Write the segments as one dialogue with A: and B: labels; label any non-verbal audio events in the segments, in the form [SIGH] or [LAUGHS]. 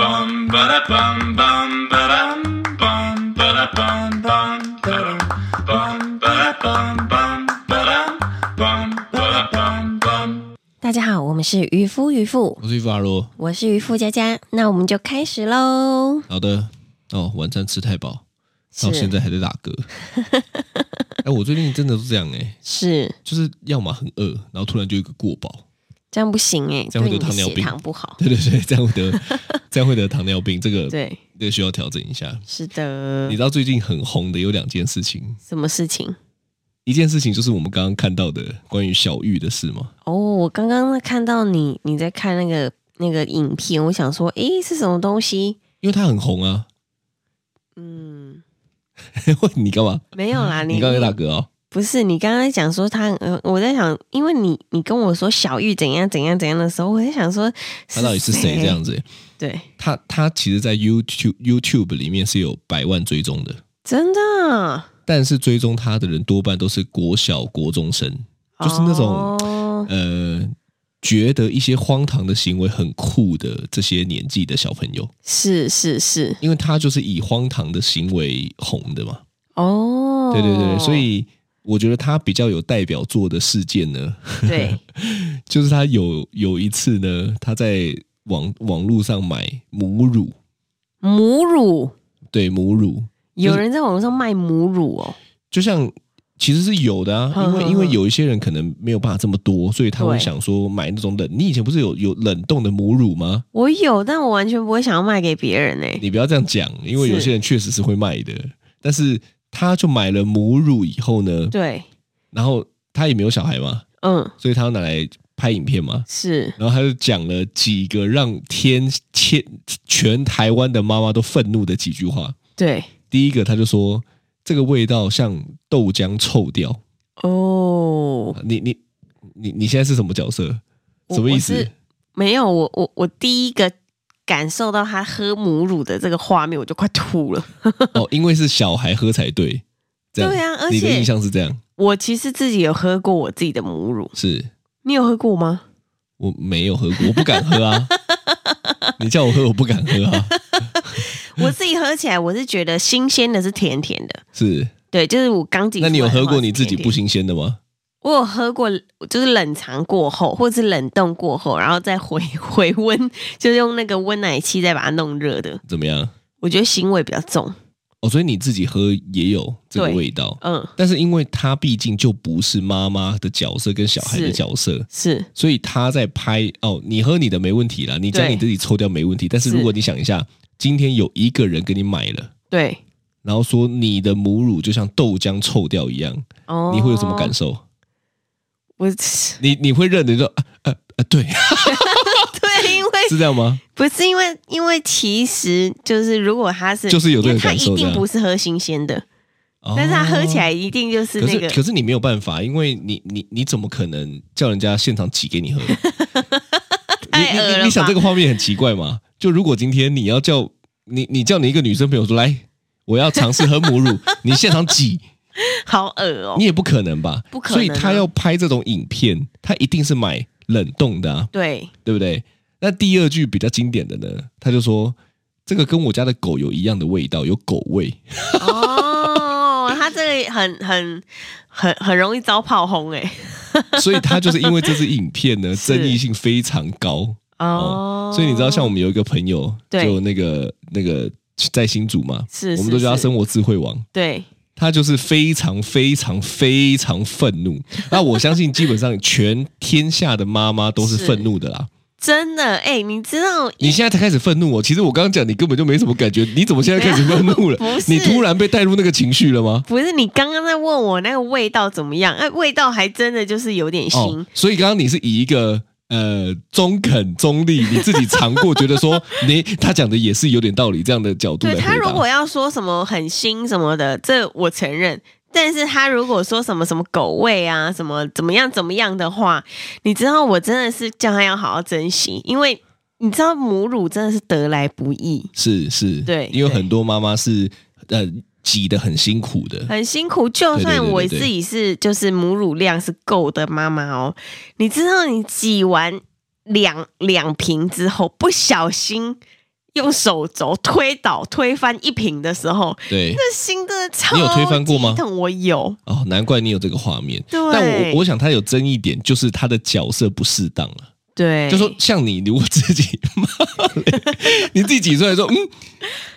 A: bum ba da bum bum ba dum bum ba da bum bum ba dum bum ba da bum bum ba dum bum ba da bum bum.
B: 大家好，我们是渔夫渔妇，
C: 我是渔夫阿罗。
B: 我是渔夫佳佳，那我们就开始喽。
C: 好的，哦，晚餐吃太饱，到
B: 是
C: 现在还在打嗝。
B: [LAUGHS]
C: 哎、我最近真的是这样哎、
B: 是
C: 就是要么很饿，然后突然就一个过饱。 [LAUGHS]
B: 这样不行哎、
C: 这样会
B: 对你
C: 得
B: 的
C: 糖尿
B: 血
C: 病
B: 糖不 [LAUGHS] 好。
C: 对对对，这样
B: [LAUGHS]
C: 会得这样会得糖尿病，这个
B: 对，
C: 这个需要调整一下。
B: 是
C: 你
B: 的。
C: 知道最近很红的有两件事情，
B: 什么事情？
C: 一件事情就是我们刚刚看到的关于小玉的事嘛，
B: 哦，我刚刚看到你你在看那个那个影片，我想说，诶，是什么东西？
C: 因为她很红啊。 [LAUGHS]
B: 嗯，
C: 你干嘛？
B: 没有 [LAUGHS] 啦，你
C: 你刚刚在打嗝哦？
B: 不是你刚刚在讲说他很，呃我在想，因为你你跟我说小玉怎样怎样怎样的时候，我在想说，
C: 她到底是谁这？样子欸、
B: 对，
C: 她她其实，在 YouTube YouTube 里面是有百万追踪的。
B: 真的，
C: 但是追踪他的人多半都是国小、国中生，就是那种、
B: 哦
C: 呃，觉得一些荒唐的行为很酷的这些年纪的小朋友，
B: 是是是，
C: 因为他就是以荒唐的行为红的嘛。
B: 哦，
C: 对对对，所以我觉得他比较有代表作的事件呢， [LAUGHS]
B: 对，
C: 就是他有有一次呢，他在网网络上买母乳，
B: 母乳，
C: 对母乳，
B: 有人在网络上卖母乳哦，
C: 就像其实是有的啊，
B: 哼
C: 因为
B: 哼
C: 因为有一些人可能没有办法这么多，所以他会
B: 嗯对
C: 想说买那种冷。你以前不是有有冷冻的母乳吗？
B: 我有，但我完全不会想要卖给别人欸呢。
C: 你不要这样讲，因为
B: 是
C: 有些人确实是会卖的，但是他就买了母乳以后呢，
B: 对，
C: 然后他也没有小孩嘛，
B: 嗯，
C: 所以他要拿来拍影片嘛。
B: 是
C: 然后他就讲了几个让天天全台湾的妈妈都愤怒的几句话。
B: 对，
C: 第一个，他就说这个味道像豆浆臭掉。
B: 哦，
C: 你你你你现在是什么角色？
B: 我
C: 什么意
B: 我
C: 思
B: 是？没有，我我我第一个感受到他喝母乳的这个画面，我就快吐了。
C: [LAUGHS] 哦，因为是小孩喝才对，这样
B: 对啊而
C: 你的
B: 且
C: 印象是这样，
B: 我其实自己有喝过我自己的母乳，
C: 是
B: 你有喝过吗？
C: 我没有喝过，我不敢喝啊。 [LAUGHS] 你叫我喝，我不敢喝啊。
B: 我自己喝起来，我是觉得新鲜的是甜甜的，
C: 是，
B: 对，就是我刚挤出
C: 那
B: 来的话
C: 你
B: 是甜
C: 有
B: 甜的。
C: 喝过你自己不新鲜的吗？
B: 我有喝过，就是冷藏过后，或者是冷冻过后，然后再回 [LAUGHS] 回温，就是用那个温奶器再把它弄热的。
C: 怎么样？
B: 我觉得腥味比较重，
C: 哦，所以你自己喝也有这个
B: 对
C: 味道，
B: 嗯，
C: 但是因为它毕竟就不是妈妈的角色跟小孩的
B: 是
C: 角色，
B: 是
C: 所以他在拍哦，你喝你的没问题啦，你将
B: 对
C: 你自己抽掉没问题。但是如
B: 是
C: 果你想一下，今天有一个人给你买了。
B: 对。
C: 然后说你的母乳就像豆浆臭掉一样，
B: 哦，
C: 你会有什么感？受？
B: 我 [LAUGHS]
C: 你你会认得说啊啊啊，对， [LAUGHS]
B: 对，因为
C: 是这样吗？
B: 不是因为，因为其实就是如果它是，
C: 就是有这
B: 因
C: 个
B: 为它
C: 感受
B: 一定
C: 这样
B: 不是喝新鲜的，
C: 哦
B: [LAUGHS] 但是它喝起，来一定就是
C: 可
B: 那
C: 是
B: 个
C: 可是你没有办法，因为你你你怎么可能叫人家现场挤给
B: [LAUGHS]
C: 你喝？
B: 太恶
C: 你你
B: 了
C: 你
B: 吧
C: 你想这个画面很奇怪吗？就如果今天你要叫你你叫你一个女生朋友说来，我要尝试喝
B: [LAUGHS]
C: 母乳，你现场挤，
B: 好恶哦、
C: 你也不可能吧？
B: 不可能啊
C: 所以他要拍这种影片，他一定是买冷冻的啊。
B: 对，
C: 对不对？那第二句比较经典的呢，他就说这个跟我家的狗有一样的味道，有狗味。 [LAUGHS]
B: 哦，它这个很很很很容易遭炮轰哎、
C: 所以他就是因为这支影片
B: [LAUGHS]
C: 呢，
B: 是
C: 争议性非常高。
B: 哦，
C: 所以你知道，像我们有一个朋友，
B: 对
C: 就那个那个在新竹嘛，
B: 是
C: 我们都
B: 是
C: 叫他
B: 是
C: 生活智慧王。
B: 对
C: 他就是非常非常非常愤
B: [LAUGHS]
C: 怒，那我相信基本上全天下的妈妈都是
B: 是
C: 愤怒的啦。
B: 真的哎、你知道
C: 你现在才开始愤怒哦，其实我刚刚讲你根本就没什么感觉，你怎么现在开始愤怒了
B: 没有 [LAUGHS] 不？是
C: 你突然被带入那个情绪了吗？
B: 不是你刚刚在问我那个味道怎么样？哎、味道还真的就是有点腥，
C: 哦，所以刚刚你是以一个呃中肯中立，你自己尝过，觉得
B: [LAUGHS]
C: 说你他讲的也是有点道理这样的角度来
B: 对
C: 回答。
B: 他如果要说什么很腥什么的，这我承认。但是他如果说什么什么狗味啊，什么怎么样怎么样的话，你知道我真的是叫他要好好珍惜，因为你知道母乳真的是得来不易，
C: 是是，
B: 对
C: 因为
B: 对
C: 很多妈妈是呃挤得很辛苦 [LAUGHS] 的，
B: 很辛苦。就
C: 对对
B: 算
C: 对
B: 我
C: 对对
B: 自己是就是母乳量是够的妈妈哦，你知道你挤完两两瓶之后，不小心用手肘推倒、推翻一瓶的时候，
C: 对
B: 这心真的超
C: 你有推翻过吗
B: 级痛我有，
C: 哦，难怪你有这个画面。
B: 对
C: 但我我想他有争议点，就是他的角色不适当了、
B: 对，
C: 就说像你，如果自己骂嘞，你自己挤出来说， [LAUGHS] 嗯，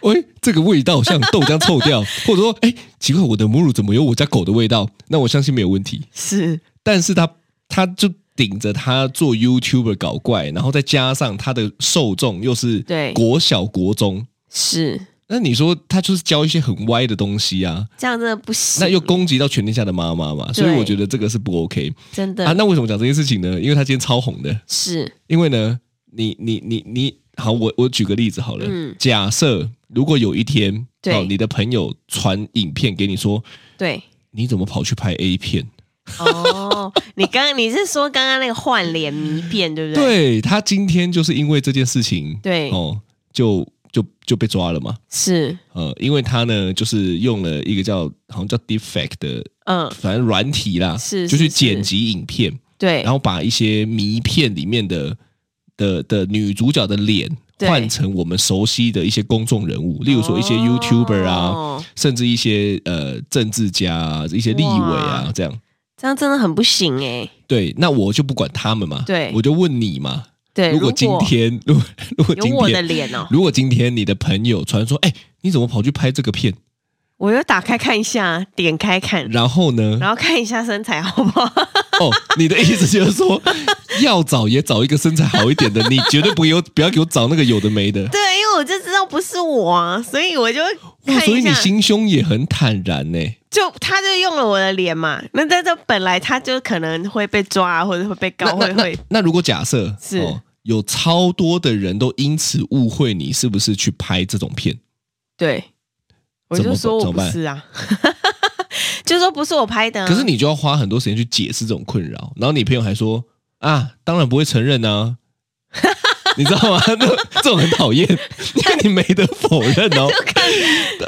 C: 喂，这个味道像豆浆臭掉，或者说，哎，奇怪，我的母乳怎么有我家狗的味道？那我相信没有问题。
B: 是
C: 但是他他就顶着他做 YouTuber 搞怪，然后再加上他的受众又是
B: 对
C: 国小国中，
B: 是
C: 那你说他就是教一些很歪的东西啊，
B: 这样，真的不行。
C: 那又攻击到全天下的妈妈嘛，所以
B: 对
C: 我觉得这个是不 OK
B: 真的、
C: 啊。那为什么讲这件事情呢？因为他今天超红的，
B: 是
C: 因为呢，你你你你，好，我我举个例子好了，
B: 嗯
C: 假设如果有一天，
B: 对
C: 哦，你的朋友传影片给你说，
B: 对
C: 你怎么跑去拍 A 片？
B: 哦。 [LAUGHS] 你刚刚你是说刚刚那个换脸迷变对不对？对，
C: 对他今天就是因为这件事情，
B: 对
C: 哦，就就就被抓了嘛。
B: 是
C: 呃，因为他呢，就是用了一个叫好像叫 defect 的，
B: 嗯，
C: 反正软体啦，
B: 是
C: 就是
B: 是
C: 去剪辑影片，
B: 对，
C: 然后把一些迷片里面的的的女主角的脸
B: 对
C: 换成我们熟悉的一些公众人物，例如说一些 YouTuber 啊，
B: 哦
C: 甚至一些呃政治家、啊、一些立委啊
B: 哇
C: 这样。
B: 这样真的很不行哎、
C: 对，那我就不管他们嘛，
B: 对
C: 我就问你嘛，
B: 对，
C: 如果今天，如果如果
B: 有
C: 今
B: 我的
C: 天，
B: 脸哦，
C: 如果今天你的朋友传说，哎、你怎么跑去拍这个片？
B: 我又打开看一下，点开看，
C: 然后呢？
B: 然后看一下身材好不好？ [LAUGHS]
C: 哦，你的意思就是说，要找也找一个身材好一点的，你绝对不有不要给我找那个有的没的。
B: 对，因为我就知道不是我啊，所以我就
C: 哇，
B: 看
C: 哦所
B: 一
C: 以你
B: 下，
C: 心胸也很坦然欸呢、
B: 就他就用了我的脸嘛。那在这本来他就可能会被抓，啊或者会被
C: 那
B: 告，
C: 那
B: 会
C: 那
B: 会
C: 那如果假设哦
B: 是
C: 有超多的人都因此误会你是不是去拍这种片，
B: 对。我
C: 怎么
B: 就说
C: 怎
B: 我
C: 么
B: 不
C: 办
B: 是啊， [LAUGHS] 就说不是我拍的啊、
C: 可是你就要花很多时间去解释这种困扰，然后你朋友还说啊，当然不会承认啊。 [LAUGHS] 你知道吗？那这种很讨厌， [LAUGHS] 因为你没得否认
B: [LAUGHS]
C: 哦。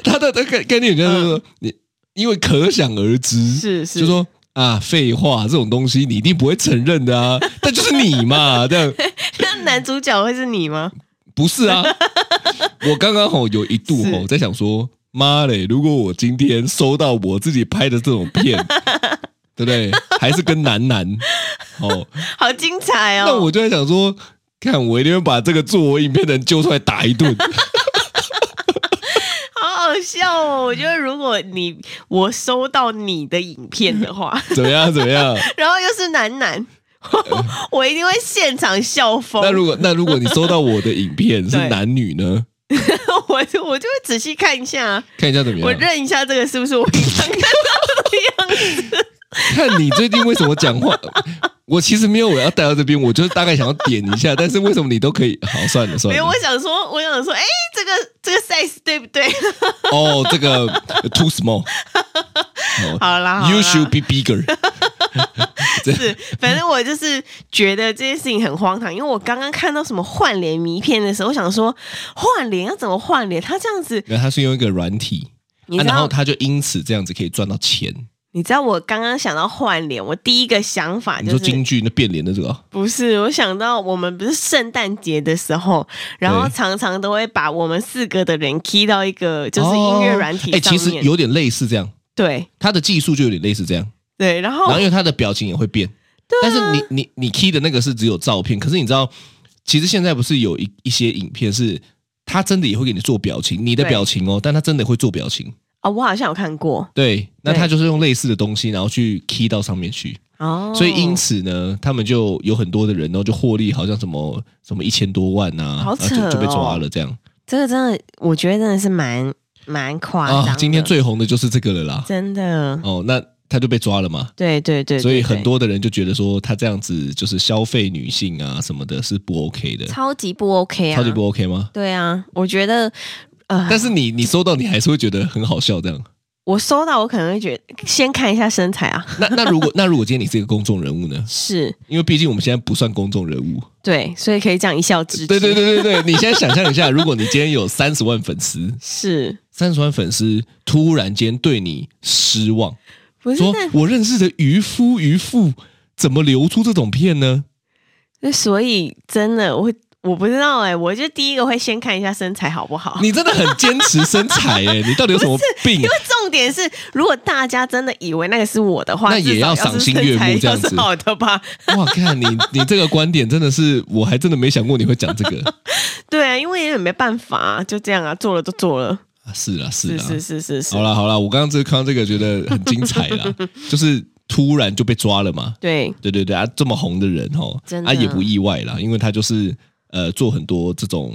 C: 他的他概概念就是说，你因为可想而知，
B: 嗯是是
C: 就说啊，废话，这种东西你一定不会承认的啊。但就是你嘛，这样
B: [LAUGHS] 那男主角会是你吗？
C: 不
B: [LAUGHS]
C: 是啊，我刚刚吼有一度吼
B: 是
C: 在想说，妈嘞，如果我今天收到我自己拍的这种
B: [LAUGHS]
C: 片，对不对？还是跟男男
B: [LAUGHS]
C: 哦，
B: 好精彩哦！
C: 那我就在想说，看我一定会把这个做我影片的人揪出来打
B: [LAUGHS]
C: 一顿。
B: 好好笑哦！我觉得如果你我收到你的影片的话， [LAUGHS]
C: 怎么样？怎么样？
B: 然后又是男男，我一定会现场笑疯。
C: 那如果那如果你收到我的影片是
B: 对
C: 男女呢？
B: 我就我就会仔细看一下，啊
C: 看一下怎么
B: 我
C: 样？
B: 认一下这个是不是我平常
C: [LAUGHS]
B: 看到的样子。
C: 看你最近为什么讲话？我其实没有我要带到这边，我就是大概想要点一下，但是为什么你都可以？好，算了算
B: 没
C: 了
B: 有，我。想说，我想说，哎、这个这个 size 对不对？ [LAUGHS]
C: [LAUGHS] 哦，这个 too small。 [LAUGHS]
B: 好啊啦，好啦
C: You should be bigger [LAUGHS]
B: 是，反正我就是觉得这件事情很荒唐，因为我刚刚看到什么换脸迷片的时候，我想说换脸要怎么换脸？他这样子，
C: 然后他是用一个软体，
B: 你
C: 啊
B: 知
C: 然
B: 道
C: 后他就因此这样子可以赚到钱。
B: 你知道我刚刚想到换脸，我第一个想法
C: 你
B: 就
C: 说
B: 是
C: 京剧那变脸的这个哦，
B: 不是？我想到我们不是圣诞节的时候，然后
C: 对
B: 常常都会把我们四个的人 key 到一个就是音乐软体
C: 哎，
B: 上
C: 其实
B: 面，
C: 有点类似这样，
B: 对
C: 他的技术就有点类似这样，
B: 对，然
C: 然后
B: 后
C: 因为他的表情也会变，
B: 啊
C: 但是你你你 key 的那个是只有照片，可是你知道，其实现在不是有一一些影片是。他真的也会给你做表情，你的
B: 对
C: 表情哦，但他真的会做表情。
B: 啊、我好像有看过
C: 对，那
B: 对
C: 他就是用类似的东西，然后去 key 到上面去。
B: 哦，
C: 所以因此呢，他们就有很多的人，然后就获利，好像什么什么一千多万呐、啊，
B: 好扯哦
C: 然后就就被抓了这样
B: 这个真的，我觉得真的是蛮蛮夸张的、
C: 啊。今天最红的就是这个了啦。
B: 真的，
C: 哦，那他就被抓了嘛。
B: 对对对对
C: 所
B: 对
C: 以很多的人就觉得说，他这样子就是消费女性啊什么的，是不 OK 的，
B: 超级不 OK 啊，
C: 超级不 OK 吗？
B: 对啊，我觉得呃，
C: 但是你你收到，你还是会觉得很好笑这样。
B: 我收到我可能会觉得先看一下身材啊，
C: 那那如果那如果今天你是一个公众人物呢？
B: 是。
C: 因为毕竟我们现在不算公众人物。
B: 对，所以可以这样一笑置之。
C: 对对，对对对，你现在想象一下，如果你今天有三十万粉丝，
B: 是
C: 三十万粉丝突然间对你失望，
B: 不是
C: 说
B: 那？
C: 我认识的渔夫渔妇怎么流出这种片呢？
B: 那所以真的，我会我不知道哎、我就第一个会先看一下身材好不好。
C: 你真的很坚持身材
B: [LAUGHS]
C: 哎、你到底有什么病
B: 因？为重点哦是，如果大家真的以为那个是我的话，
C: 那也
B: 至少
C: 要
B: 要
C: 赏心悦
B: 是
C: 目
B: 身材
C: 这样子
B: 要是好的吧？
C: 哇，
B: [LAUGHS]
C: 看你你这个观点真的是，我还真的没想过你会讲这个。
B: 对啊，因为也没办法、啊，就这样啊，做了都做了，
C: 啊是啦是
B: 是
C: 啦，
B: 是是是是
C: 好，啦好啦，我刚刚这看到这个觉得很精彩啦，就是突然就被抓了嘛。
B: 对
C: 对对对啊，这么红的人哦
B: 真，的
C: 啊也不意外啦，因为他就是呃做很多这种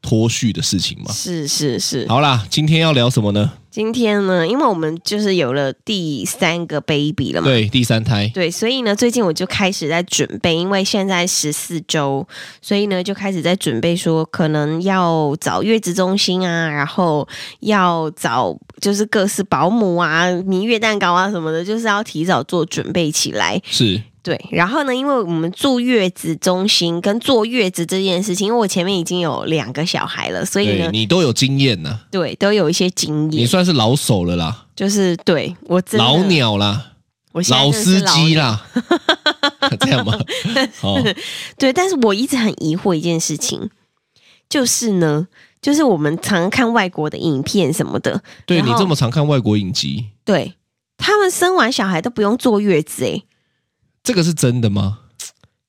C: 脱序的事情嘛。
B: 是是是。
C: 好啦，今天要聊什么呢？
B: 今天呢，因为我们就是有了第三个 baby 了嘛，
C: 对，第三胎，
B: 对，所以呢，最近我就开始在准备，因为现在十四周，所以呢就开始在准备说，可能要找月子中心啊，然后要找就是各式保姆啊、蜜月蛋糕啊什么的，就是要提早做准备起来。
C: 是
B: 对，然后呢，因为我们住月子中心跟坐月子这件事情，因为我前面已经有两个小孩了，所以
C: 对
B: 呢，
C: 你都有经验呐，
B: 对都有一些经
C: 你
B: 验，
C: 算是老手了啦，
B: 就是对我真的
C: 老，鸟啦，
B: 我现在
C: 老
B: 真的是
C: 司机啊
B: 鸟
C: 啦， [LAUGHS] 这
B: [LAUGHS]
C: 样吗？哦，
B: 对，但是我一直很疑惑一件事情，就是呢，就是我们常看外国的影片什么的，
C: 对
B: 然
C: 你
B: 后
C: 这么常看外国影集，
B: 对他们生完小孩都不用坐月子诶。
C: 这个是真的吗？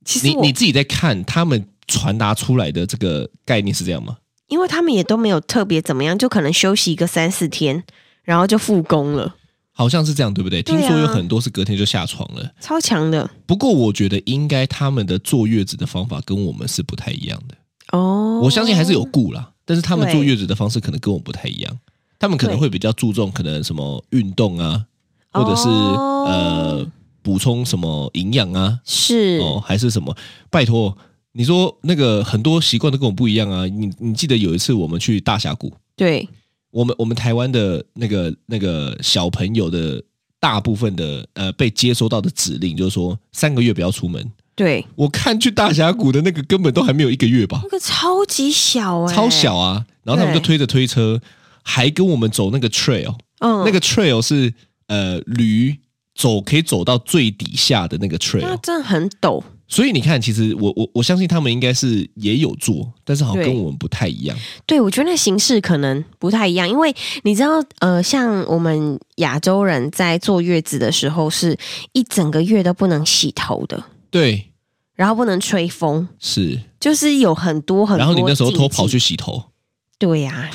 B: 其实
C: 你
B: 我
C: 你自己在看他们传达出来的这个概念是这样吗？
B: 因为他们也都没有特别怎么样，就可能休息个三四天，然后就复工了，
C: 好像是这样，对不对？
B: 对啊
C: 听说有很多是隔天就下床了。
B: 超强的
C: 不过我觉得应该他们的坐月子的方法跟我们是不太一样的。
B: 哦。
C: 我相信还是有顾啦，但是他们
B: 对
C: 坐月子的方式可能跟我们不太一样。他们可能
B: 对
C: 会比较注重可能什么运动啊，或者是、
B: 哦
C: 呃补充什么营养啊，
B: 是
C: 哦，还是什么？拜托，你说那个很多习惯都跟我们不一样啊。你你记得有一次我们去大峡谷，
B: 对
C: 我们我们台湾的那个那个小朋友的大部分的呃被接收到的指令就是说三个月不要出门。
B: 对，
C: 我看去大峡谷的那个根本都还没有一个月吧
B: 那，个超级小哎、
C: 超小，啊！然后他们就推着推车，还跟我们走那个 trail，、
B: 嗯，
C: 那个 trail 是呃驴走可以走到最底下的那个 trail，
B: 那真的很陡，
C: 所以你看，其实我我我相信他们应该是也有做，但是好像
B: 对
C: 跟我们不太一样。
B: 对，我觉得那形式可能不太一样，因为你知道，呃，像我们亚洲人在坐月子的时候，是一整个月都不能洗头的，
C: 对，
B: 然后不能吹风，
C: 是。
B: 就是有很多很多。
C: 然后你那时候偷跑去？洗头，
B: 对呀、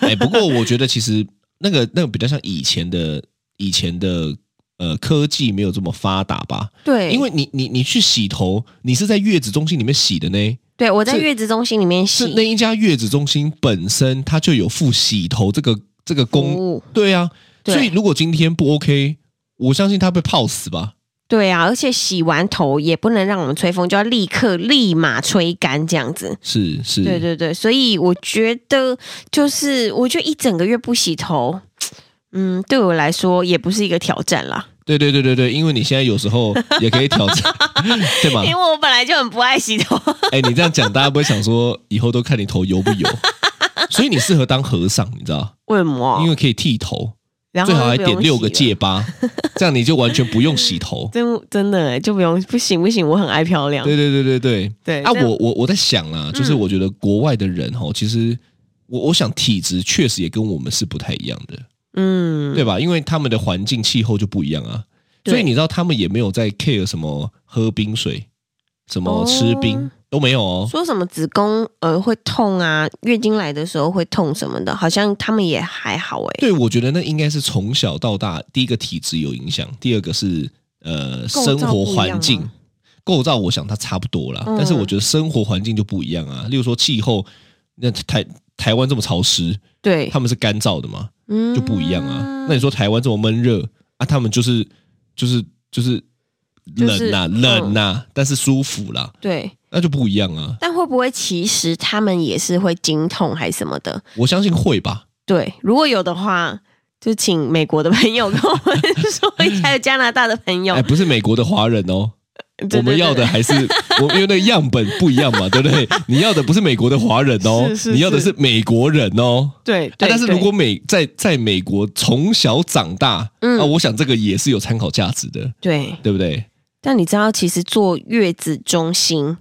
C: 哎，不过我觉得其实那个那个比较像以前的以前的呃科技没有这么发达吧，
B: 对，
C: 因为你你你去洗头，你是在月子中心里面洗的呢，
B: 对我在
C: 这
B: 月子中心里面
C: 是
B: 洗
C: 那一家月子中心本身它就有付洗头这个这个
B: 服
C: 工，
B: 务，
C: 对啊，
B: 哦对
C: 所以如果今天不 OK，我相信他被泡死吧，
B: 对啊，而且洗完头也不能让我们吹风，就要立刻立马吹干这样子。
C: 是是，
B: 对对对，所以我觉得就是，我觉得一整个月不洗头，嗯，对我来说也不是一个挑战啦。
C: 对对对对对，因为你现在有时候也可以挑
B: [LAUGHS]
C: 战，对吗？
B: 因为我本来就很不爱洗头，
C: 哎、你这样讲，大家不会想说以后都看你头油
B: [LAUGHS]
C: 不油，所以你适合当和尚，你知道？
B: 为什 [LAUGHS] 么？
C: [LAUGHS] 因为可以剃头，
B: 哦然后
C: 最好还
B: 就不用
C: 点六个
B: 洗
C: 戒
B: 了，
C: 疤，这样你就完全不用洗
B: [LAUGHS]
C: 头。
B: 真真的哎，就不用不行不行，我很爱漂亮。
C: 对对对对
B: 对
C: 对。啊，
B: 哎这样嗯
C: 我我我在想啊，就是我觉得国外的人哦，其实我我想体质确实也跟我们是不太一样的，
B: 嗯，
C: 对吧？因为他们的环境气候就不一样啊，所
B: 对
C: 以你知道他们也没有在 care 什么喝冰水，什么吃冰、
B: 哦
C: 都没有哦。
B: 说什么子宫呃会痛啊，月经来的时候会痛什么的，好像他们也还好哎。
C: 对，我觉得那应该是从小到大，第一个体质有影响，第二个是呃
B: 构造
C: 生活
B: 不一
C: 环
B: 样
C: 境
B: 吗
C: 构造，我想它差不多啦。
B: 嗯
C: 但是我觉得生活环境就不一样啊，例如说气候，那台台湾这么潮湿，
B: 对，
C: 他们是干燥的嘛，
B: 嗯
C: 就不一样啊。那你说台湾这么闷热啊，他们就是就是就是
B: 就是
C: 冷呐、啊
B: 嗯
C: 冷呐、但是舒服啦，
B: 对，
C: 那就不一样啊。
B: 但会不会其实他们也是会经痛还是什么的？
C: 我相信会吧。
B: 对，如果有的话，就请美国的朋友跟我们 [LAUGHS] 说一下，还有加拿大的朋友
C: 哎，，不是美国的华人哦，
B: 对
C: 我们要的。还是我，因为那个样本不一样嘛，对不对？你要的不是美国的华人哦，
B: 是是
C: 你要的是美国人哦。
B: 对对对
C: 啊
B: 对，
C: 但是如果美在在美国从小长大，
B: 嗯
C: 啊，我想这个也是有参考价值的，
B: 对
C: 对不对？
B: 但你知道，其实坐月子中心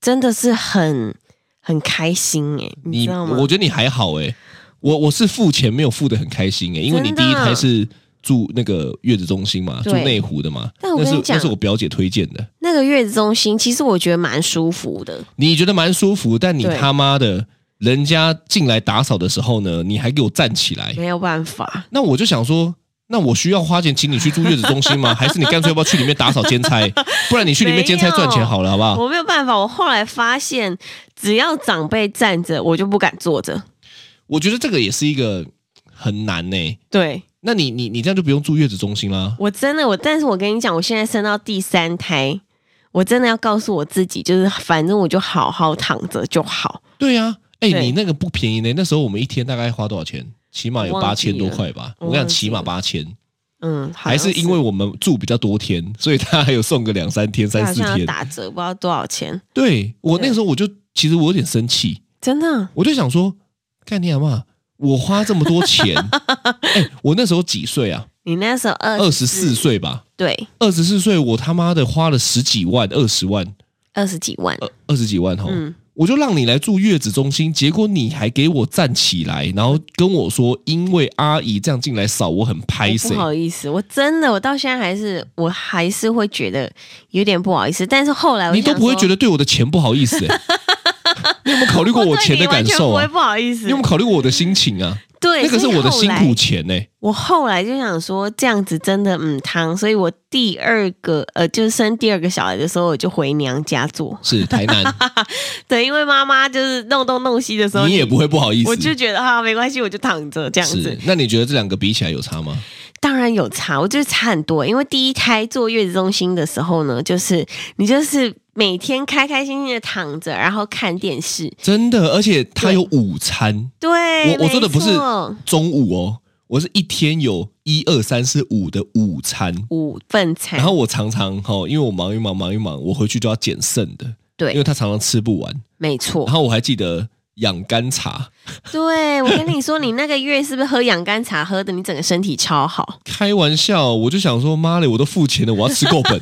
B: 真的是很很开心哎、你
C: 你
B: 知道吗？
C: 我觉得你还好哎、我我是付钱没有付的很开心哎、因为你
B: 真的
C: 第一胎是住那个月子中心嘛，
B: 对
C: 住内湖的嘛，
B: 但我
C: 那
B: 跟
C: 是
B: 你讲
C: 那是我表姐推荐的，
B: 那个月子中心其实我觉得蛮舒服的，
C: 你觉得蛮舒服，但你
B: 对
C: 他妈的，人家进来打扫的时候呢，你还给我站起来，
B: 没有办法，
C: 那我就想说。那我需要花钱请你去住月子中心吗？还是你干脆要不要去里面打扫兼差？不然你去里面兼差赚钱好了，好不好？
B: 我没有办法。我后来发现，只要长辈站着，我就不敢坐着。
C: 我觉得这个也是一个很难呢、
B: 对
C: 那你你你这样就不用住月子中心啦。
B: 我真的我，但是我跟你讲，我现在生到第三胎，我真的要告诉我自己，就是反正我就好好躺着就好。
C: 对呀、啊，哎、
B: 对
C: 你那个不便宜呢。那时候我们一天大概花多少钱？起码有
B: 我
C: 八
B: 忘记
C: 千
B: 了
C: 多块吧。
B: 我
C: 我跟你
B: 忘
C: 讲，
B: 记
C: 起码
B: 了
C: 八千，
B: 嗯，好
C: 还
B: 像
C: 是因为我们住比较多天，所以他还有送个两三天、
B: 它
C: 三
B: 好
C: 四
B: 像要
C: 天。
B: 打折，不知道多少钱。
C: 对我那
B: 对
C: 时候我就其实我有点生气，
B: 真的，
C: 我就想说，干你阿妈，我花这么
B: [LAUGHS]
C: 多钱，哎、我那时候几岁啊？
B: 你那时候二
C: 二十四，岁吧，
B: 对，
C: 二十四岁，我他妈的花了十几万、二十万、
B: 二十几万，
C: 二二十几万哈。
B: 嗯，
C: 我就让你来住月子中心，结果你还给我站起来，然后跟我说，因为阿姨这样进来扫，我很拍
B: 我
C: 谁
B: 不？好意思，我真的，我到现在还是，我还是会觉得有点不好意思。但是后来我
C: 你都不会觉
B: 得
C: 得对我的钱不好
B: [LAUGHS]
C: 意思、欸？你有没有考虑过
B: 我
C: 我
B: 对
C: 钱的
B: 你完
C: 感
B: 全
C: 受
B: 不会
C: 啊？
B: 不好意思
C: 你有没有。考虑过我的心情啊？
B: 对，
C: 那个是
B: 所以
C: 我的
B: 后
C: 辛
B: 来
C: 苦钱欸呢、
B: 我后来就想说，这样子真的嗯汤，所以我第二个呃，就是生第二个小孩的时候，我就回娘家做。
C: 是台
B: [LAUGHS]
C: 南，
B: 对，因为妈妈就是弄东弄西的时候，
C: 你也不会不好意思。
B: 我就觉得啊，没关系，我就躺着这样子
C: 是。，那你觉得这两个比起来有差吗？
B: 当然有差，我觉得差很多。因为第一胎坐月子中心的时候呢，就是你就是每天开开心心的躺着，然后看电视。
C: 真的，而且它有午餐，
B: 对，
C: 我我说的不是
B: 没错
C: 中午哦，我是一天有一二三四五的午餐。
B: 五份餐，
C: 然后我常常哈，因为我忙一忙忙一忙，我回去就要捡剩的，因为
B: 对，
C: 他常常吃不完。
B: 没错
C: 然。后我还记得养肝茶，
B: 对我跟你说，你那个月是不是喝养肝茶喝的？你整个身体超好。
C: 开玩笑，我就想说，妈嘞，我都付钱了，我要吃
B: [LAUGHS]
C: 够本，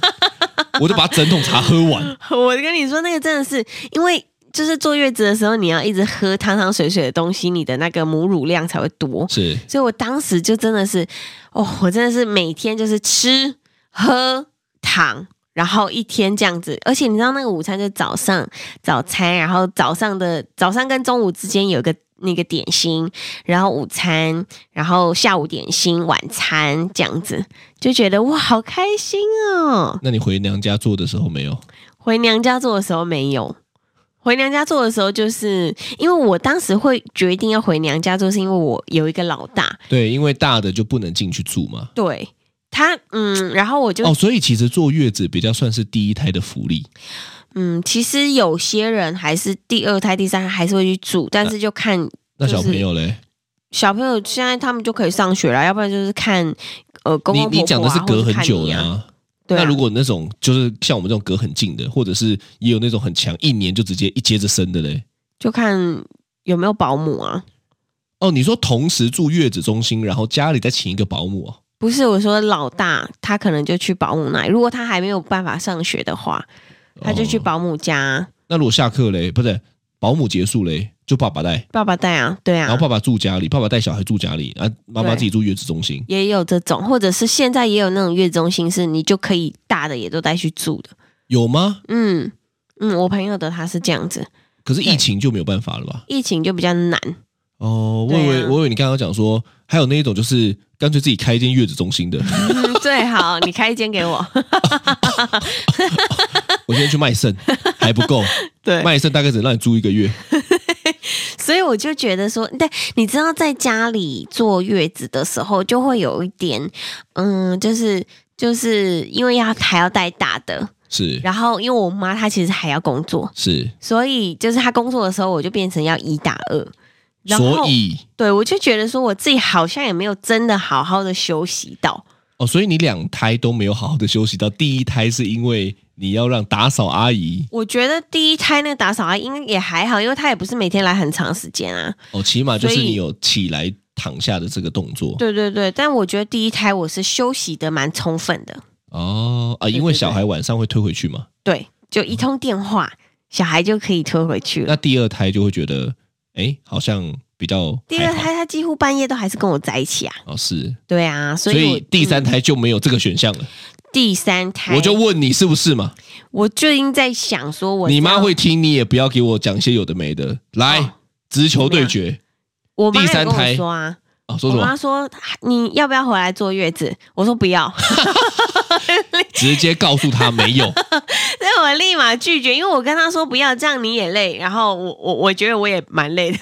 C: 我就把整桶茶喝完。
B: 我跟你说，那个真的是因为。就是坐月子的时候，你要一直喝汤汤水水的东西，你的那个母乳量才会多。
C: 是，
B: 所以我当时就真的是，哦，我真的是每天就是吃喝躺，然后一天这样子。而且你知道那个午餐就是早上早餐，然后早上的早上跟中午之间有一个那个点心，然后午餐，然后下午点心，晚餐这样子，就觉得哇，好开心哦！
C: 那你回娘家做的时候没有？
B: 回娘家做的时候没有。回娘家做的时候，就是因为我当时会决定要回娘家做，是因为我有一个老大，
C: 对，因为大的就不能进去住嘛。
B: 对他，嗯，然后我就、
C: 哦，所以其实坐月子比较算是第一胎的福利，
B: 嗯，其实有些人还是第二胎、第三胎还是会去住，但是就看
C: 那
B: 就是
C: 小朋友嘞，
B: 小朋友现在他们就可以上学了，要不然就是看呃公公婆婆、啊、
C: 你你讲的是隔
B: 或
C: 很
B: 者看
C: 久
B: 你
C: 的
B: 啊，
C: 啊。
B: 对啊
C: 那如果那种就是像我们这种隔很近的，或者是也有那种很强一年就直接一接着生的嘞，
B: 就看有没有保姆啊。
C: 哦，你说同时住月子中心，然后家里再请一个保姆、哦，
B: 不是我说老大，他可能就去保姆那里。如果他还没有办法上学的话，他就去
C: 哦
B: 保姆家，啊
C: 那如果下课嘞，不是保姆结束嘞，就爸爸带，
B: 爸爸带啊，对啊。
C: 然后爸爸住家里，爸爸带小孩住家里，啊，妈妈
B: 对
C: 自己住月子中心。
B: 也有这种，或者是现在也有那种月中心，是你就可以大的也都带去住的。
C: 有吗？
B: 嗯嗯，我朋友的他是这样子，
C: 可是
B: 对
C: 疫情就没有办法了吧？
B: 疫情就比较
C: [LAUGHS]
B: 难。
C: 哦，我
B: 对啊
C: 以为、我以为你刚刚讲说，还有那一种就是干脆自己开一间月子
B: [LAUGHS]
C: 中心的，
B: 嗯最好你开一间给
C: [LAUGHS]
B: 我。
C: 我今天去卖肾还不够，
B: 对
C: 卖肾大概只能让你住一个月。
B: [LAUGHS] 所以我就觉得说，但你知道在家里坐月子的时候，就会有一点，嗯，就是就是因为要还要带大的，
C: 是
B: 然后因为我妈她其实还要工作，
C: 是，
B: 所以就是她工作的时候，我就变成要一打二。然后
C: 所以
B: 对我就觉得说，我自己好像也没有真的好好的休息到。
C: 哦，所以你两胎都没有好好的休息到，第一胎是因为你要让打扫阿姨
B: 我觉得第一胎那个打扫阿姨应该也还好，因为她也不是每天来很长时间啊。
C: 哦，起码就是
B: 所以
C: 你有起来躺下的这个动作。
B: 对对对，但我觉得第一胎我是休息的蛮充分的，
C: 哦啊，
B: 对
C: 因为
B: 对
C: 小
B: 对
C: 孩晚上会推回去嘛。
B: 对，就一通电话，小孩就可以推回去了。
C: 那第二胎就会觉得，哎，好像比较
B: 第二
C: 还好
B: 胎他几乎半夜都还是跟我在一起啊，
C: 哦是，
B: 对啊，所
C: 所
B: 以我
C: 以第三
B: 嗯
C: 胎就没有这个选项了。
B: 第三胎，
C: 我就问你是不是嘛？
B: 我最近在想说我，
C: 你妈会听，你也不要给我讲些有的没的。来，直球对决
B: 我妈哦
C: 第
B: 有
C: 三
B: 跟
C: 胎
B: 我说啊，
C: 啊！说
B: 我
C: 什
B: 妈
C: 么？
B: 说你要不要回来坐月子？我说不要，
C: [LAUGHS] 直接告诉他没有。
B: 所以我立马拒绝，因为我跟她说不要，这样你也累，然后我我我觉得我也蛮累的，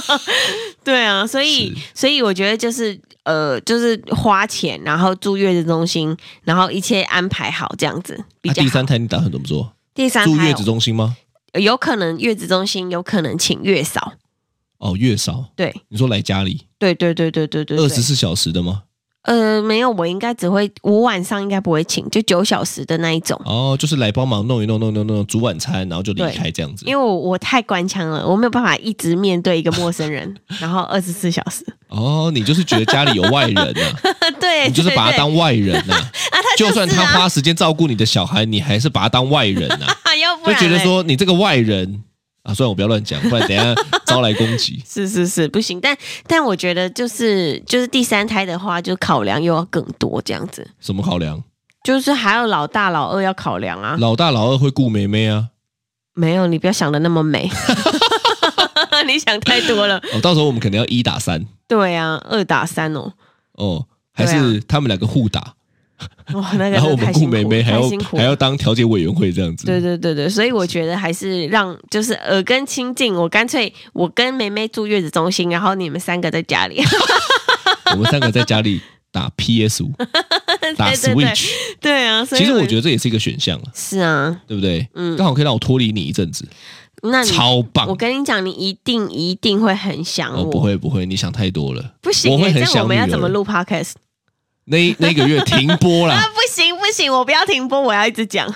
B: [LAUGHS] 对啊，所以所以我觉得就是呃，就是花钱，然后住月子中心，然后一切安排好这样子 [LAUGHS] 比
C: 那
B: 较好。
C: 啊第三胎你打算怎么做？
B: 第三
C: 住
B: 胎哦
C: 月子中心吗？
B: 呃有可能月子中心，有可能请月嫂，
C: 哦，月嫂。
B: 对
C: 你说来家里
B: 对对对对对对对
C: 二十四小时的吗？
B: 呃，没有，我应该只会我晚上应该不会请，就九小时的那一种，
C: 哦，就是来帮忙弄一弄弄弄弄，煮晚餐，然后就离
B: 对
C: 开这样子。
B: 因为我我太官腔了，我没有办法一直面对一个陌生人，然后二十四小时。
C: 哦，你就是觉得家里有外人呐、
B: [LAUGHS] 对，
C: 你就是把他
B: 对
C: 当外人
B: 对
C: 呐、
B: 啊，他
C: [LAUGHS] 就是算
B: [LAUGHS]
C: 他花时间照顾你的小孩，你还是把他当外人呐、
B: [LAUGHS] 啊，要不
C: 就
B: 然
C: 觉得
B: 嘞
C: 说你这个外人啊，虽然我不要乱讲，不然等一下招来攻
B: [LAUGHS]
C: 击。
B: 是是是不行，但但我觉得就是就是第三胎的话，就考量又要更多这样子，
C: 什么考量？
B: 就是还有老大老二要考量啊。
C: 老大老二会顾妹妹啊，
B: 没有，你不要想的那么美， [LAUGHS] 你想太多了。
C: 哦，到时候我们可能要一打三
B: 对啊，二打三哦，
C: 哦，还
B: 对
C: 是他们两个互打，
B: 哇，那个
C: 然后我
B: 真的太
C: 们顾
B: 辛苦
C: 妹妹
B: 了
C: 还
B: 太
C: 要
B: 辛苦
C: 还
B: 了
C: 要当调解委员会这样子。
B: 对对对对，所以我觉得还是让就是耳根清净，我干脆我跟梅梅住月子中心，然后你们三个在家里。 [LAUGHS]
C: 我们三个在家里打
B: [LAUGHS]
C: PS 五，打
B: 对对
C: Switch。
B: 对啊，所以
C: 其实我
B: 得
C: 觉得这也是一个选项啊，
B: 是啊，
C: 对不对？
B: 嗯
C: 刚好可以让我脱离你一阵子，
B: 那你
C: 超
B: 我
C: 棒。
B: 跟你讲，你一定一定会很想我，
C: 哦，不会不会，你想太多了。
B: 不行、
C: 我会
B: 欸，
C: 很
B: 这样
C: 想
B: 我们要
C: 女儿
B: 怎么录 podcast
C: 那那个月停播
B: 啊 [LAUGHS]
C: 啦，？
B: 不行不行，我不要停播，我要一直讲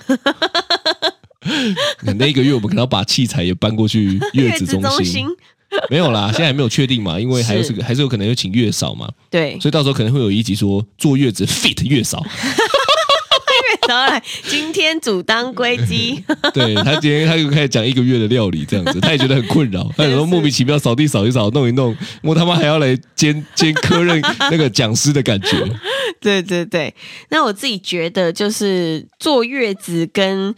C: 那个月我们可能要把器材也搬过去 [LAUGHS] 月
B: 子
C: 子中
B: 心
C: 心。。没有
B: [LAUGHS]
C: 啦，现在还没有确定嘛，因为还有
B: 是
C: 这个还是有可能有请月嫂嘛，
B: 对，
C: 所以到时候可能会有一集说坐月子 fit
B: [LAUGHS]
C: 月嫂，
B: 然后来今天主当归鸡，
C: 对他今天他就开始讲一个月的料理这样子，他也觉得很
B: [LAUGHS]
C: 困扰，他有时候莫名其妙扫地扫一扫弄一弄，我他妈还要来兼兼科任那个讲师
B: [LAUGHS]
C: 的感觉，
B: [LAUGHS] 对对对，那我自己觉得就是坐月子跟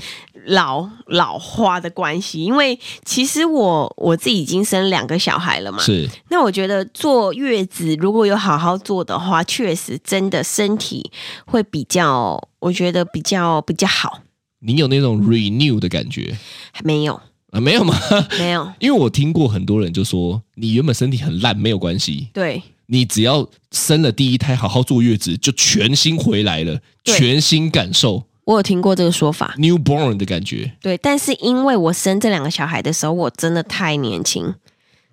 B: 老老花的关系，因为其实我我自己已经生两个小孩了嘛，
C: 是
B: 那我觉得坐月子如果有好好做的话，确实真的身体会比较，我觉得比较比较好。
C: 你有那种 renew 的感觉
B: 没有
C: 啊？没有吗？ [LAUGHS]
B: 没有，
C: 因为我听过很多人就说，你原本身体很烂没有关系，
B: 对
C: 你只要生了第一胎，好好坐月子，就全新回来了，
B: 对
C: 全新感受
B: 我有听过这个说法，
C: newborn 的感觉。
B: 对，但是因为我生这两个小孩的时候，我真的太年轻。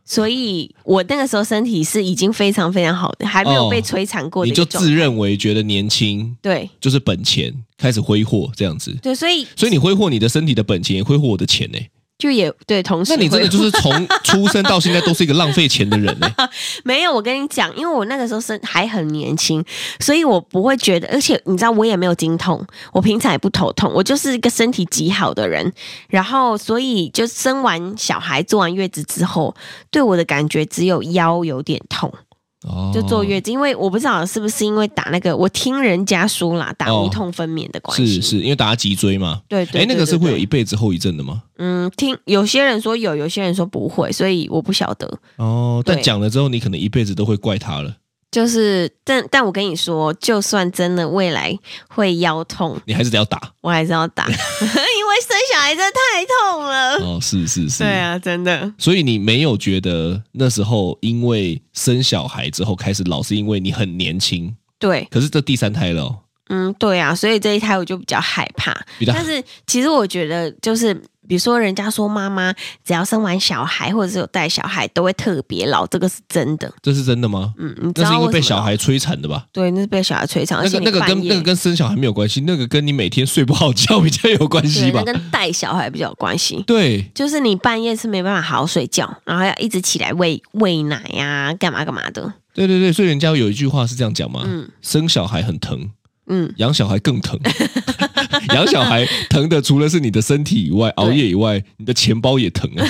B: 所以，我那个时候身体是已经非常非常好的，还没有
C: 哦
B: 被摧残过的
C: 你
B: 一个
C: 就
B: 状态、
C: 自认为觉得年轻
B: 对
C: 就是本钱，开始挥霍这样子，
B: 对，所以
C: 所以你挥霍你的身体的本钱，也挥霍我的钱呢、
B: 就也对，同时
C: 那你真的
B: 会
C: 就是
B: [LAUGHS]
C: 从出生到现在都是一个浪费钱的人呢、
B: 没有，我跟你讲，因为我那个时候生还很年轻，所以我不会觉得，而且你知道我也没有经痛，我平常也不头痛，我就是一个身体极好的人。然后，所以就生完小孩、坐完月子之后，对我的感觉只有腰有点痛，
C: 哦
B: [LAUGHS] 就坐月子，因为我不知道是不是因为打那个，我听人家说啦，打
C: 哦
B: 无痛分娩的关系，
C: 是是因为打脊椎嘛？
B: 对对
C: 哎，那个是会有
B: 对
C: 一辈子后遗症的吗？
B: 嗯，听有些人说有，有些人说不会，所以我不晓得。
C: 哦，但
B: 对
C: 讲了之后，你可能一辈子都会怪他了，
B: 就是，但但我跟你说，就算真的未来会腰痛，
C: 你还是得要打。
B: 我还是要打，因 [LAUGHS] 为生小孩真的太痛了。
C: 哦，是是是，
B: 呃对。啊，真的
C: 所以你没有觉得那时候因为生小孩之后开始老是因为你很年轻，
B: 对，
C: 可是这第三胎了、哦，
B: 嗯，对啊，所以这一胎我就比较害怕。
C: 比较
B: 但是其实我觉得，就是比如说人家说妈妈只要生完小孩或者是有带小孩都会特别老，这个是真的。
C: 这是真的吗？
B: 嗯，你知
C: 那是
B: 道
C: 因为被
B: 为什么
C: 小
B: 吗
C: 孩摧残的吧？
B: 对，那是被小孩摧残，而
C: 那
B: 且
C: 个
B: 你
C: 那个
B: 半
C: 跟
B: 夜
C: 那个跟生小孩没有关系，那个跟你每天睡不好觉比较有关系
B: 对，那
C: 吧？
B: 跟带小孩比较有关系。
C: 对，
B: 就是你半夜是没办法好好睡觉，然后要一直起来喂喂奶啊呀、干嘛干嘛的。
C: 对对对，所以人家有一句话是这样讲嘛，
B: 嗯
C: 生小孩很疼，
B: 嗯，
C: 养小孩更疼， [LAUGHS] 养小孩疼的除了是你的身体以外，熬夜以外，你的钱包也疼啊。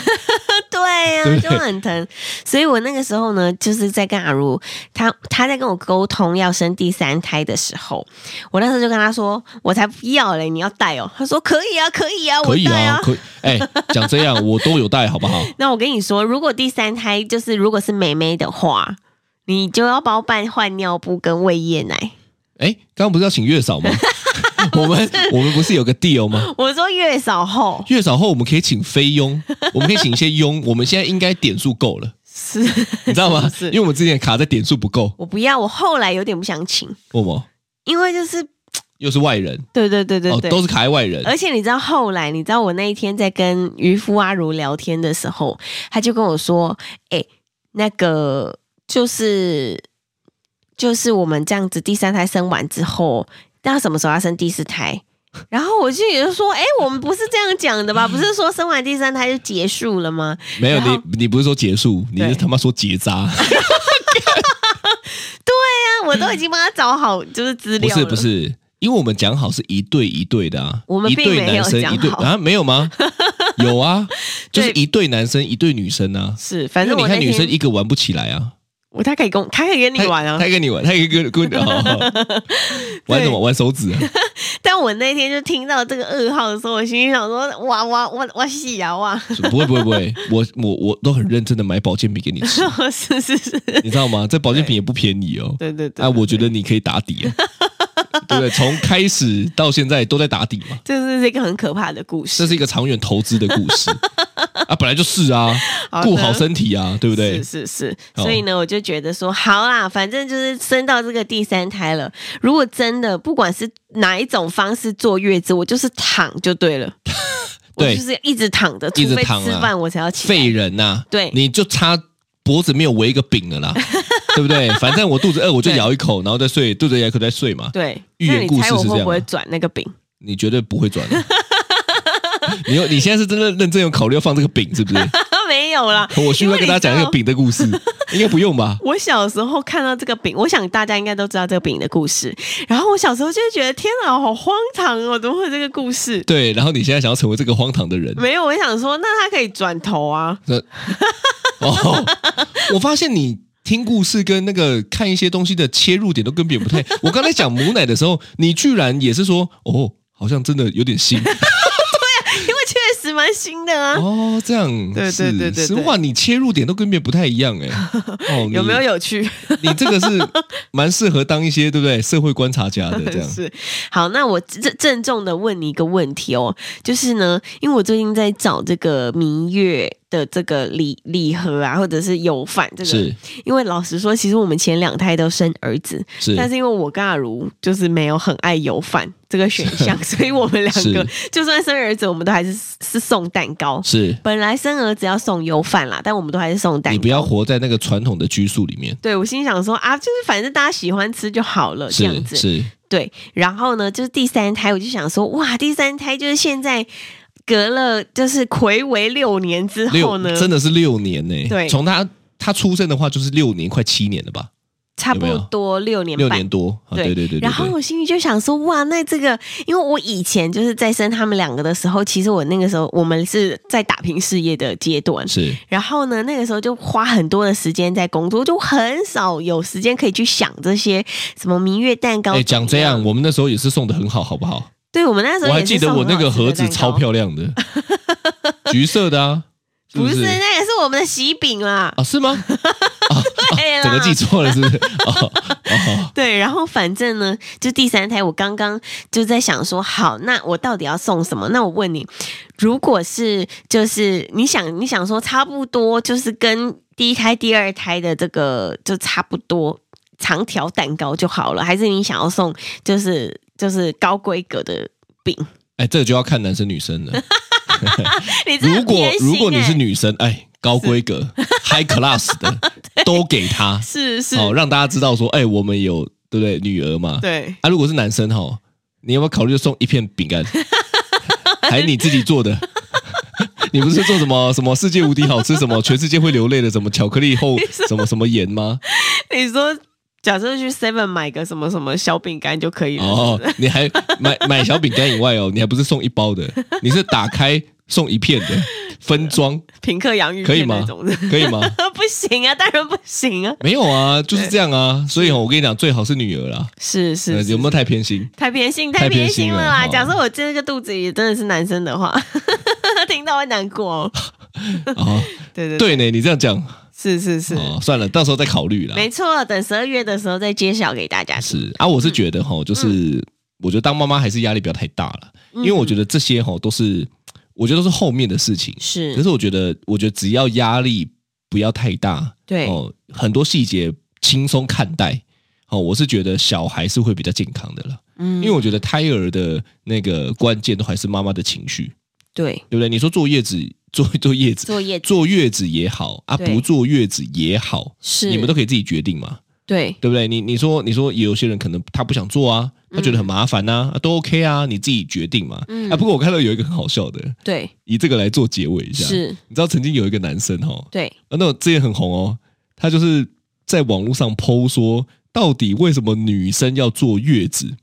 B: 对呀、
C: 对不
B: 就
C: 对
B: 很疼。所以我那个时候呢，就是在跟阿如他他在跟我沟通要生第三胎的时候，我那时候就跟他说，我才不要嘞，你要带哦。他说可以啊，可以啊，
C: 可以
B: 我带
C: 啊，可以。哎、讲这样我都有带，好不好？
B: 那我跟你说，如果第三胎就是如果是妹妹的话，你就要包办换尿布跟喂夜奶。
C: 哎、刚刚不是要请月嫂吗？ [LAUGHS] 我们我们不是有个 deal 吗？
B: 我说月嫂后
C: 月嫂后我们可以请菲佣，我们可以请一些佣。我们现在应该点数够
B: [LAUGHS]
C: 了，
B: 是，
C: 你知道吗？
B: 是不是
C: 因为我们之前卡在点数不够，
B: 我不要，我后来有点不想请，
C: 我们
B: 因为就是
C: 又是外人
B: 对对对对对，哎
C: 哦，都是卡在外人。
B: 而且你知道后来，你知道我那一天在跟渔夫阿如聊天的时候，他就跟我说：“哎、那个就是就是我们这样子，第三胎生完之后，那什么时候要生第四胎？”然后我就也就说：“哎、我们不是这样讲的 [LAUGHS] 吧？不是说生完第三胎就结束了吗？
C: 没有
B: 然后
C: 你，你不是说结束，你
B: 对
C: 是他妈说结扎。
B: 但我都已经帮他找好就是资
C: 不
B: 料
C: 是
B: 了，
C: 不是，因为我们讲好是一对一对的啊，
B: 我们
C: 一
B: 并
C: 对
B: 没有
C: 男生
B: 讲
C: 一对
B: 好
C: 啊，没
B: [LAUGHS]
C: 有吗？有啊，就是
B: 对
C: 一对男生一对女生啊。
B: 是，反
C: 因为
B: 正
C: 你
B: 我那
C: 看女生
B: 天
C: 一个玩不起来啊，
B: 我他可以跟我他可以跟你玩啊
C: 他，他跟你玩， [LAUGHS] 他一个跟
B: [LAUGHS]
C: 好好玩什么玩手指啊？
B: 但我那天就听到这个噩耗的时候，我心里想说：哇哇哇哇戏啊哇！ [LAUGHS]
C: 不会不会不会，我我我都很认真的买保健品给你
B: [LAUGHS]
C: 吃，
B: 是是是，
C: 你知道吗？这保健品也不便宜哦。
B: 对对对。
C: 啊，我觉得你可以打底啊， [LAUGHS] 对不对？从开始到现在都在打底嘛，
B: 这是一个很可怕的故事，
C: 这是一个长远投资的故
B: [LAUGHS]
C: 事啊，本来就是啊，
B: 好的
C: 顾好身体啊，对不对？
B: 是是是，
C: 哦
B: 所以呢，我就觉得说，好啦，反正就是生到这个第三胎了。如果真的不管是哪一种方式坐月子，我就是躺就对
C: [LAUGHS]
B: 了，我
C: 对
B: 就是一直躺着，除
C: 一直
B: 非
C: 躺啊
B: 吃饭我才要起来。
C: 废人呐、
B: 对
C: 你就差脖子没有围一个
B: [LAUGHS]
C: 饼了啦，对不对？反正我肚子饿，我就
B: 对
C: 咬一口，然后再睡，肚子咬一口再睡嘛。
B: 对，
C: 寓
B: 那
C: 言
B: 你
C: 故事
B: 猜我
C: 是这
B: 会
C: 样
B: 不会
C: 吗
B: 转那个饼？ [LAUGHS]
C: 你绝对不会转的。 [LAUGHS] 你有，你现在是真的认真有考虑要放这个饼，是不
B: [LAUGHS]
C: 是？
B: 没有啦，
C: 我需不需要跟大家讲一
B: 因为你知
C: 个
B: 道
C: 饼的故事，应该不用吧？
B: 我小时候看到这个饼，我想大家应该都知道这个饼的故事。然后我小时候就觉得，天哪，好荒唐哦，怎么会有这个故事？
C: 对，然后你现在想要成为这个荒唐的人，
B: 没有，我想说，那他可以转头啊。
C: 那 [LAUGHS] 哦，我发现你听故事跟那个看一些东西的切入点都跟别人不太。我刚才讲母奶的时候，你居然也是说哦，好像真的有点新
B: 因为确实蛮新的啊。
C: 哦，这样
B: 对对
C: 是
B: 对对对
C: 实话，你切入点都跟别人不太一样
B: [LAUGHS]
C: 哎。哦，你
B: 有没有？有趣？
C: 你这个是蛮适合当一些对不对社会观察家的这
B: [LAUGHS]
C: 样。
B: 是好，那我郑郑重的问你一个问题哦，就是呢，因为我最近在找这个明月的这个礼礼盒啊，或者是有返这个，
C: 是
B: 因为老实说，其实我们前两胎都生儿子，
C: 是，
B: 但是因为我跟阿如就是没有很爱有饭这个选
C: [LAUGHS]
B: 项，所以我们两个就算生儿子，我们都还是是送蛋糕。
C: 是
B: 本来生儿子要送油饭啦，但我们都还是送蛋糕。
C: 你不要活在那个传统的拘束里面。
B: 对我心想说啊，就是反正大家喜欢吃就好了，哦这样
C: 是
B: 子。
C: 是，
B: 对，然后呢，就是第三胎，我就想说，哇，第三胎就是现在隔了就是魁违六年之后
C: 六
B: 呢，
C: 真的是六年呢。
B: 对
C: 从他他出生的话就是六年，快七年了吧。
B: 差
C: 有
B: 不
C: 没有
B: 多六年
C: 六
B: 半
C: 年多，啊、
B: 对
C: 对对对对
B: 然后
C: 对
B: 我心里就想说，哇，那这个，因为我以前就是在生他们两个的时候，其实我那个时候我们是在打拼事业的阶段，
C: 是
B: 然后呢，那个时候就花很多的时间在工作，就很少有时间可以去想这些什么明月蛋糕。
C: 哎，讲这样，，我们那时候也是送的很好，好不好？
B: 对我们那时候
C: 我还
B: 也是
C: 记得
B: 送
C: 我那
B: 很
C: 个
B: 好吃的
C: 盒子
B: 蛋糕
C: 超，漂
B: [LAUGHS]
C: 亮的，橘色的啊，是
B: 不
C: 是
B: 是那个是我们的喜饼啦，哎
C: 啊？是吗？
B: [LAUGHS] 对啦，
C: 哦整个记错了是不是？哦哦，
B: 对，然后反正呢，就第三胎，我刚刚就在想说，好，那我到底要送什么？那我问你，如果是就是你想你想说差不多，就是跟第一胎、第二胎的这个就差不多长条蛋糕就好了，还是你想要送就是就是高规格的饼？
C: 哎，这个就要看男生女生
B: [LAUGHS]
C: 了。
B: 你真的
C: 如
B: 很
C: 果
B: 偏心
C: 如果你
B: 欸
C: 是女生，哎，高规格 high class
B: [LAUGHS]
C: 的都给他，
B: 是是，
C: 哦，让大家知道说，哎，我们有对不对女儿嘛？
B: 对。
C: 啊，如果是男生哈，你有没有考虑就送一片
B: [LAUGHS]
C: 饼干，还你自己做的？ [LAUGHS] 你不是做什么什么
B: [LAUGHS]
C: 世界无敌好吃什么全世界会流泪的什么巧克力后什么什么盐吗？
B: 你说假设去 Seven 买个什么什么小饼干就可以了。
C: 哦，你还买买小饼干以外哦，你还不是送一包的，你是打开送一片的分装，
B: 品客洋芋
C: 可以
B: 片那
C: 吗
B: 种的，
C: 可以吗？
B: [LAUGHS] 不行啊，当然不行啊。
C: 没有啊，就是这样啊。所以哦我跟你讲，最好是女儿啦，
B: 是
C: 呃
B: 是是
C: 有没有太偏心？
B: 太偏心，
C: 太
B: 太
C: 偏
B: 偏
C: 心
B: 心了
C: 了
B: 啦！
C: 哦
B: 假设我这个肚子里真的是男生的话， [LAUGHS] 听到会难过哦。
C: 哦，
B: 对对，
C: [LAUGHS] 对呢，你这样讲
B: 是是是，
C: 哦，算了，到时候再考虑啦。
B: 没错。等十二月的时候再揭晓给大家听。
C: 是啊，我是
B: 嗯
C: 觉得哈，就是我觉得当妈妈还是压力不要太大了，
B: 嗯
C: 嗯因为我觉得这些哈都是，我觉得都是后面的事情。
B: 是
C: 可是我觉得，我觉得只要压力不要太大，
B: 对
C: 哦，很多细节轻松看待。哦，我是觉得小孩是会比较健康的了，
B: 嗯
C: 因为我觉得胎儿的那个关键都还是妈妈的情绪，
B: 对
C: 对不对？你说坐月子， [LAUGHS] 坐坐月子，
B: 作业
C: 坐月子也好啊，
B: 对
C: 不坐月子也好，
B: 是
C: 你们都可以自己决定嘛，
B: 对
C: 对不对？你你说你说有些人可能他不想做啊，他觉得很麻烦呐、啊啊都 OK 啊，你自己决定嘛。
B: 嗯
C: 啊，不过我看到有一个很好笑的，
B: 对
C: 以这个来做结尾一下。
B: 是，
C: 你知道曾经有一个男生哦，
B: 对
C: 啊，那种之前很红哦，他就是在网络上剖说，到底为什么女生要坐月子？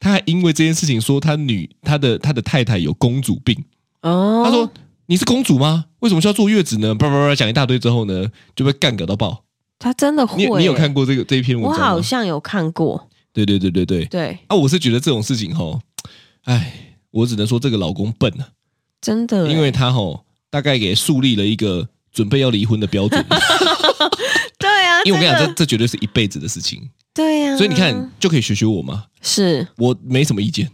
C: 他还因为这件事情说他女他的他的太太有公主病。
B: 哦。
C: 他说：“你是公主吗？为什么需要坐月子呢？”叭叭叭讲一大堆之后呢，就被干搞到爆。
B: 他真的会
C: 你
B: 耶，
C: 你有看过这个这一篇文
B: 我
C: 章
B: 好
C: 吗？
B: 像有看过，
C: 对对对对对。
B: 对，
C: 啊，我是觉得这种事情哈，哎，我只能说这个老公笨啊，
B: 真的耶，
C: 因为他哈大概给树立了一个准备要离婚的
B: [LAUGHS]
C: 标准。
B: 对啊，
C: 因为我跟你讲，这
B: 这
C: 这绝对是一辈子的事情，
B: 对呀，
C: 所以你看就可以学学我嘛，
B: 是
C: 我没什么意见。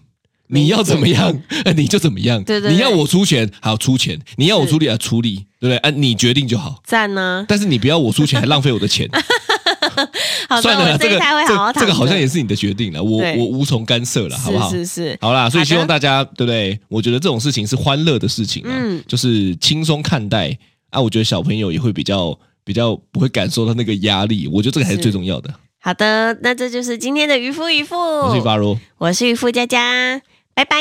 B: 没意见
C: 你要怎么
B: [LAUGHS]
C: 样，呃你就怎么样。
B: 对对对
C: 你要我出钱，好出钱；你要我
B: 是
C: 出力，啊出力，对不对？啊，你决定就好。
B: 赞啊呢。
C: 但是你不要我出钱，还浪费我的钱。
B: [LAUGHS] 好的，
C: 算了啦，
B: 我
C: 这
B: 这
C: 个
B: 一胎会好好
C: 这
B: 躺
C: 这个好像
B: 着
C: 也是你的决定了，我
B: 对
C: 我无从干涉了，好不好？
B: 是是是，
C: 好啦，所以
B: 好的
C: 希望大家对不对？我觉得这种事情是欢乐的事情啊，
B: 嗯
C: 就是轻松看待啊。我觉得小朋友也会比较比较不会感受到那个压力，我觉得这个还是
B: 是
C: 最重要的。
B: 好的，那这就是今天的渔夫渔妇，
C: 我是发若。
B: 我是渔夫佳佳，拜拜。